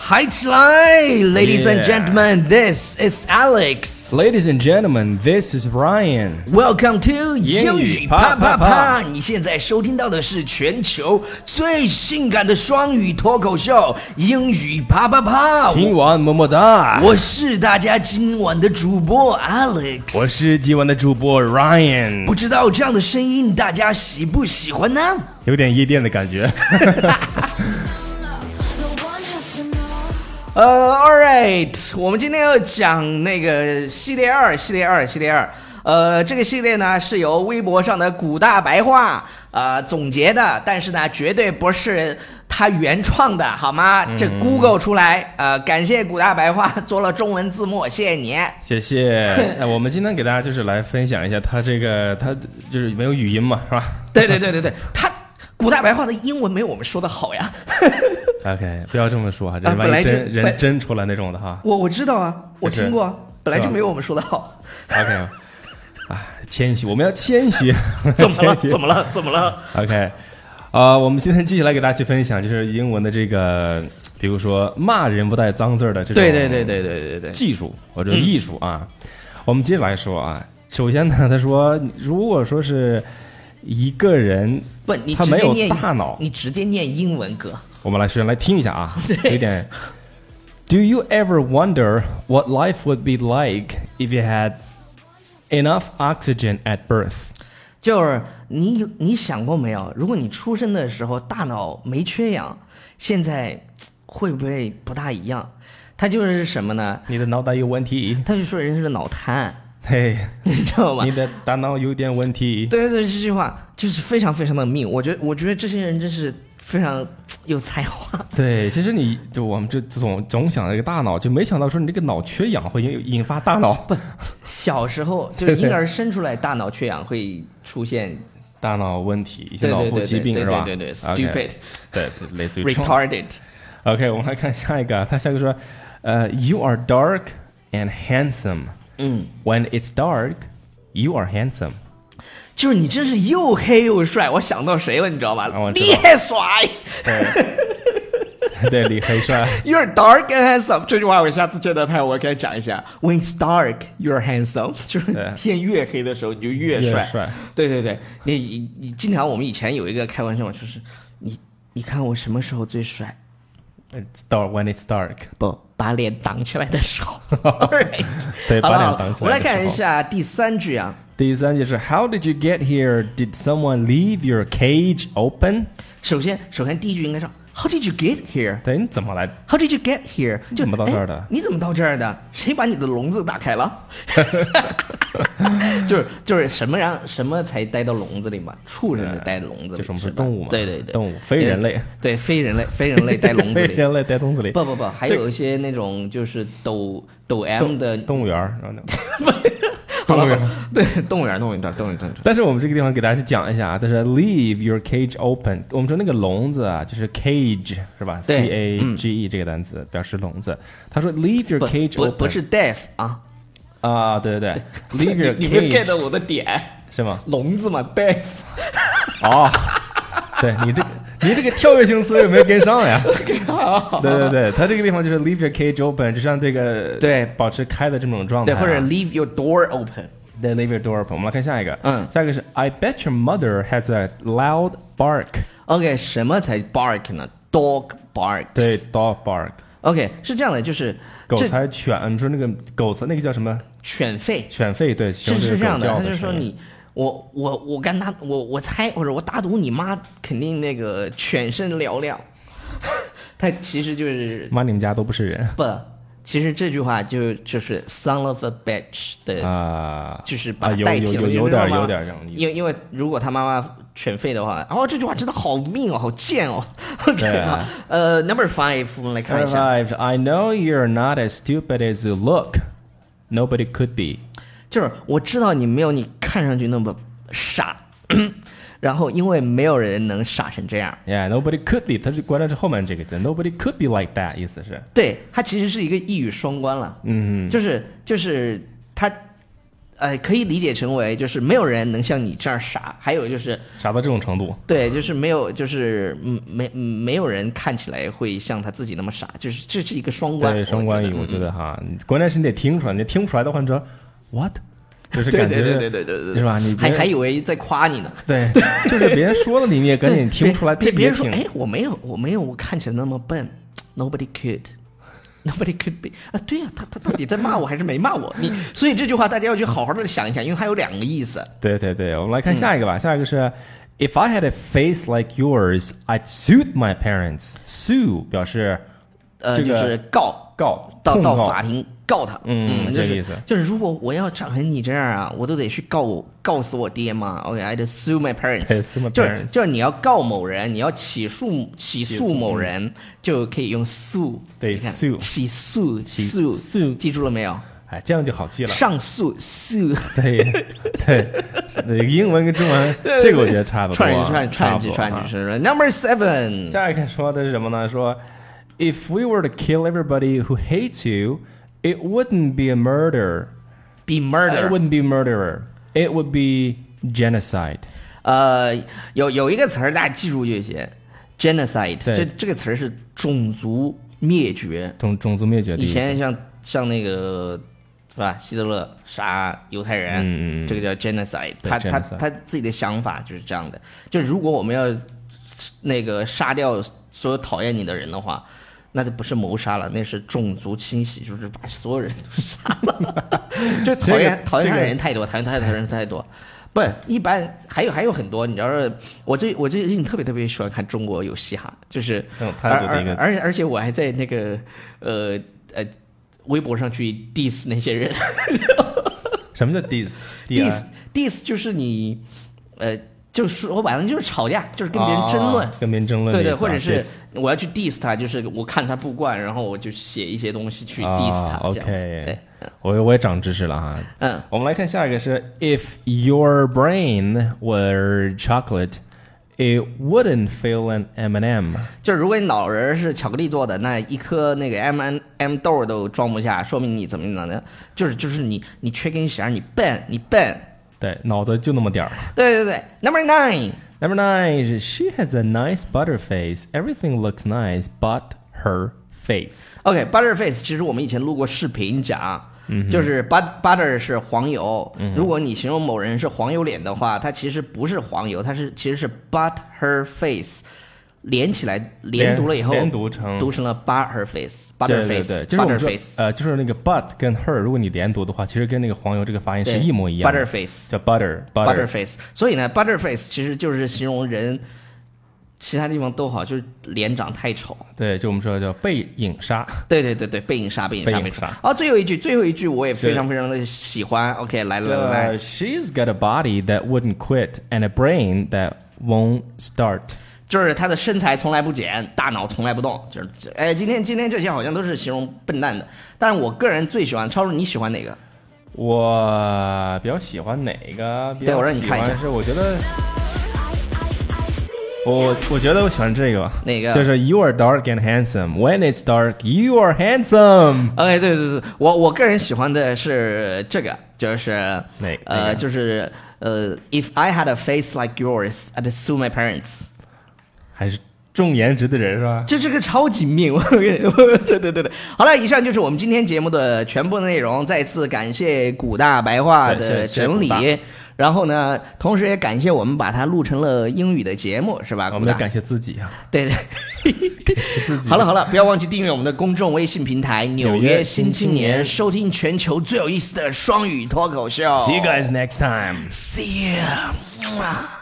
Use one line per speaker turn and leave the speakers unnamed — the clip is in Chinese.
嗨起来，ladies and
Yeah.
gentlemen, this is Alex.
Ladies and gentlemen, this is Ryan。
Welcome to 英
英
语
语
啪
啪
啪
啪
啪
啪！
你现在收听到的是全球最性感的双语脱口秀《英语啪啪啪》
听完么么哒。
我。我是大家今晚的主播 Alex。
我是今晚的主播 Ryan，
不知道这样的声音大家喜不喜欢呢？
有点夜店的感觉。
No one has to know.
呃、a l l right，我们今天要讲那个系列二，系列二，系列二。呃，这个系列呢是由微博上的古大白话呃总结的，但是呢绝对不是他原创的，好吗？
嗯
这 Google 出来，呃，感谢古大白话做了中文字幕，谢谢你。
谢谢。那我们今天给大家就是来分享一下他这个，他就是没有语音嘛，是吧
对对对对 对，他古大白话的英文没有我们说的好呀。
？OK，不要这么说哈，
啊
这
本
万
来
一
就
真
本
人真出来那种的哈。
我我知道啊，我
就是
听过啊，本来
是
就
吧
没有我们说的 好。
OK，啊，谦虚，我们要谦虚。
怎么了？
谦虚
怎么了？怎么了？
OK，啊、我们今天继续来给大家去分享，就是英文的这个，比如说骂人不带脏字儿的这种，
对对对对对对对。
技术或者艺术啊。我们接着来说啊，首先呢，他说，如果说是一个人，
不，你
他
直
没
接
有
念
大脑，
你直接念英文歌。
我们来首先来听一下啊，有一点。Do you ever wonder what life would be like if you had enough oxygen at birth？
就是你有你想过没有，如果你出生的时候大脑没缺氧，现在嘖会不会不大一样？他就是什么呢？
你的脑袋有 问题，
他就说人是脑瘫，
嘿，
你知道吗
你？的大脑有点问题。
对对对，这句话就是非常非常的命。我觉得我觉得这些人真是非常嘖有才华。
对，其实你就我们这总总想这个大脑，就没想到说你这个脑缺氧会引引发大脑
小时候就是婴儿生出来大脑缺氧会出现，
大脑问题，一些
对
脑
对
部
对
疾
对
病
对
是吧？
对对
OK，
，stupid
对，对类似于这种
retarded。
OK，我们来看下一个，他下一个说，呃，You are dark and handsome。嗯，When it's dark, you are handsome。
就是你真是又黑又帅，我想到谁了，你知道吗
啊？我知道
厉害帅
对，李黑帅。
，You're dark and handsome。这句话我下次见到他，我该讲一下。When it's dark, you're handsome。就是
对
天越黑的时候，你就越
越
帅。
帅
对对对，你你你经常我们以前有一个开玩笑嘛，就是你你看我什么时候最帅？
It's dark when it's dark。
不，把脸挡起来的时候。All right
对
好
把
了
脸
好了
挡起来的时
我
候
们来看一下第三句啊，
第三就是 How did you get here? Did someone leave your cage open？
首先首先第一句应该是 How did you get here？
对，你怎么来
How did you get here？
你
就
怎么到这儿
哎
的
你怎么到这儿的？谁把你的笼子打开 了？就是就是什么让什么才待到笼子里嘛？畜生就待笼子里，
就是我们
是
是
吧
动物嘛
对对对，
动物非人类，
对非人类，非人类待笼子
被
里。
人类带笼子里？
不不不，还
这
有一些那种就是抖抖 M 的，
动物园儿，然后就
好了
动物园
好了对动物园，动物园，动物园，动物园。
但是我们这个地方给大家去讲一下啊，但是 leave your cage open，我们说那个笼子啊，就是 cage 是吧？C
对嗯
A G E 这个单词表示笼子。他说 leave your
不
cage
不
open，
不是 deaf 啊
啊，对对对，leave your
你你没有 get 到
cage
我的点，
是吗？
笼子嘛 deaf。
哦，对你这你这个跳跃性思维有没有跟上 呀？对对对，他这个地方就是 leave your cage open，就像这个
对
保持开的这种状态
对，
啊、
或者 leave your door open。
对 leave your door open。我们来看下一个，
嗯
下一个是 I bet your mother has a loud bark。
OK，什么才 bark 呢？Dog bark。
对，dog bark，
，OK 是这样的，就是
狗
这
才犬，嗯你说那个狗才那个叫什么
犬吠
犬吠？对，形
是是
容这个
这样
狗
的，
叫
他就说
声音。
你我我我干他我我猜或者我打赌你妈肯定那个犬声嘹亮， 他其实就是
妈，你们家都不是人
不，其实这句话就就是 son of a bitch 的。
啊！
就是把
啊，
它
有
代
有
替了，
有有
你知道
点
吗
有点这样的意思。
因为因为如果他妈妈犬吠的话，哦，这句话真的好命哦，好贱哦。
对啊呃
呃，number five，我们来看一下。
Five, I know you're not as stupid as you look. Nobody could be.
就是我知道你没有你看上去那么傻， 然后因为没有人能傻成这样。
Yeah, nobody could be. 它是关键是后面这个字，nobody could be like that，意思是
对，它其实是一个一语双关了。嗯，就是就是它，呃，可以理解成为就是没有人能像你这样傻，还有就是
傻到这种程度，
对，就是没有，就是嗯，没嗯没有人看起来会像他自己那么傻，就是这是一个双关，
对双关语，我觉
嗯
得哈，你关键是你得听出来，你听不出来的话，你知道 what，就是
对
感
对
觉
对对对对对，
是吧你
还
别
还以为在夸你呢，
对，就是别人说了你，你也赶紧听不出来，
这
别
别人说，
听
哎，我没有，我没有，我看起来那么笨，nobody could。Nobody could be 啊，对呀、他他到底在骂我还是没骂我？你所以这句话大家要去好好的想一想，因为它有两个意思。
对对对，我们来看下一个吧。下一个是，If I had a face like yours, I'd sue my parents. Sue 表示
呃，
这个
就是告
告，
到
控
到
告
法庭告他，
嗯
嗯，就
这个
是
意思
就是如果我要长成你这样啊，我都得去告我告死我爹嘛。OK，I、just sue my
对
parents，
，sue my
就是
parents
就是你要告某人，你要起诉起诉某人，就可以用 sue，
对
你看
sue
起诉
起
sue
sue
记住了没有？
哎，这样就好记了。
上诉 sue，
对对，那个英文跟中文这个我觉得差不多，啊
串一句串
差
串
不
一句
多
串一
啊
句是 number seven，
下一个说的是什么呢？说，If we were to kill everybody who hates you, it wouldn't be a murder.
be
It
murder。
wouldn't be murderer. It would be genocide.
呃，有有一个词儿大家记住就行，genocide，
对
这这个词儿是种族灭绝。
种种族灭绝的意
以
思。
前像像那个是吧，希特勒杀犹太人，
嗯嗯嗯
这个叫 genocide，
对
他他
genocide
他自己的想法就是这样的，就如果我们要那个杀掉所有讨厌你的人的话。那就不是谋杀了，那是种族清洗，就是把所有人都杀了。就讨厌、
这个
讨厌他
这
的
个哎
人太多，讨厌他的人太多。不，一般还有还有很多，你知道，我最我最近特别特别喜欢看中国有嘻哈，就是
很有态
而
度的一个
而而且而且我还在那个呃呃微博上去 diss 那些 人
什么叫 dis
，diss diss 就是你呃，就是说白了就是吵架，就是跟别人争论，
跟别人争论的
对
意思
对，
啊，
或者是
diss
我要去 diss 他，就是我看他不惯，然后我就写一些东西去 diss 他，
啊
这样子，对
，OK，，我我也长知识了哈。
嗯，
我们来看下一个是，If your brain were chocolate, it wouldn't feel an M&M。
就是如果你脑仁儿是巧克力做的，那一颗那个 M M M 豆儿都装不下，说明你怎么怎么的，就是就是你你缺根弦儿，你笨，你笨，
对，脑子就那么点儿。
对对对，Number Nine。
Number nine 是 She has a nice butter face. Everything looks nice, but her face.
OK，Butterface，、其实我们以前录过视频讲，
嗯
就是 but butter 是黄油、如果你形容某人是黄油脸的话，它其实不是黄油，它是其实是 but her face，连起来连读了以后，
连连读成
读成了 but her face
对
butter
对
face
对，就是我们
butter
说
face，
呃，就是那个 but 跟 her，如果你连读的话，其实跟那个黄油这个发音是一模一样的。
butter face
叫 butter
butter face，所以呢，butter face 其实就是形容人，其他地方都好，就是脸长太丑。
对，就我们说叫被影杀。
对对对对，背影杀，背影杀，
背影
影杀
杀。
哦，最后一句，最后一句我也非
是
常非常的喜欢。OK，来来来来
Uh,，she's got a body that wouldn't quit and a brain that won't start.
就是他的身材从来不减，大脑从来不动，就是这哎，今天今天这些好像都是形容笨蛋的，但是我个人最喜欢，超叔你喜欢哪个？
我比较喜欢哪个？比较
对我让你看一下
喜欢是我觉得
I see.
我我觉得我喜欢这个吧。
哪个
就是 You are dark and handsome. When it's dark, you are handsome.
哎，对对对，我我个人喜欢的是这个，就是
哪个
呃，就是呃，If I had a face like yours, I'd sue my parents。
还是重颜值的人是吧？
这是个超级命， 我跟你说对对对对。好了，以上就是我们今天节目的全部内容。再次感谢古大白话的整理
对谢谢，
然后呢，同时也感谢我们把它录成了英语的节目，是吧？
啊我
古
们
大
要感谢自己啊，
对对。
自己。
好了好了，不要忘记订阅我们的公众微信平台《纽
纽
约
约
新
新
青
青年
年》，收听全球最有意思的双语脱口秀。
，See you guys next time.
See you.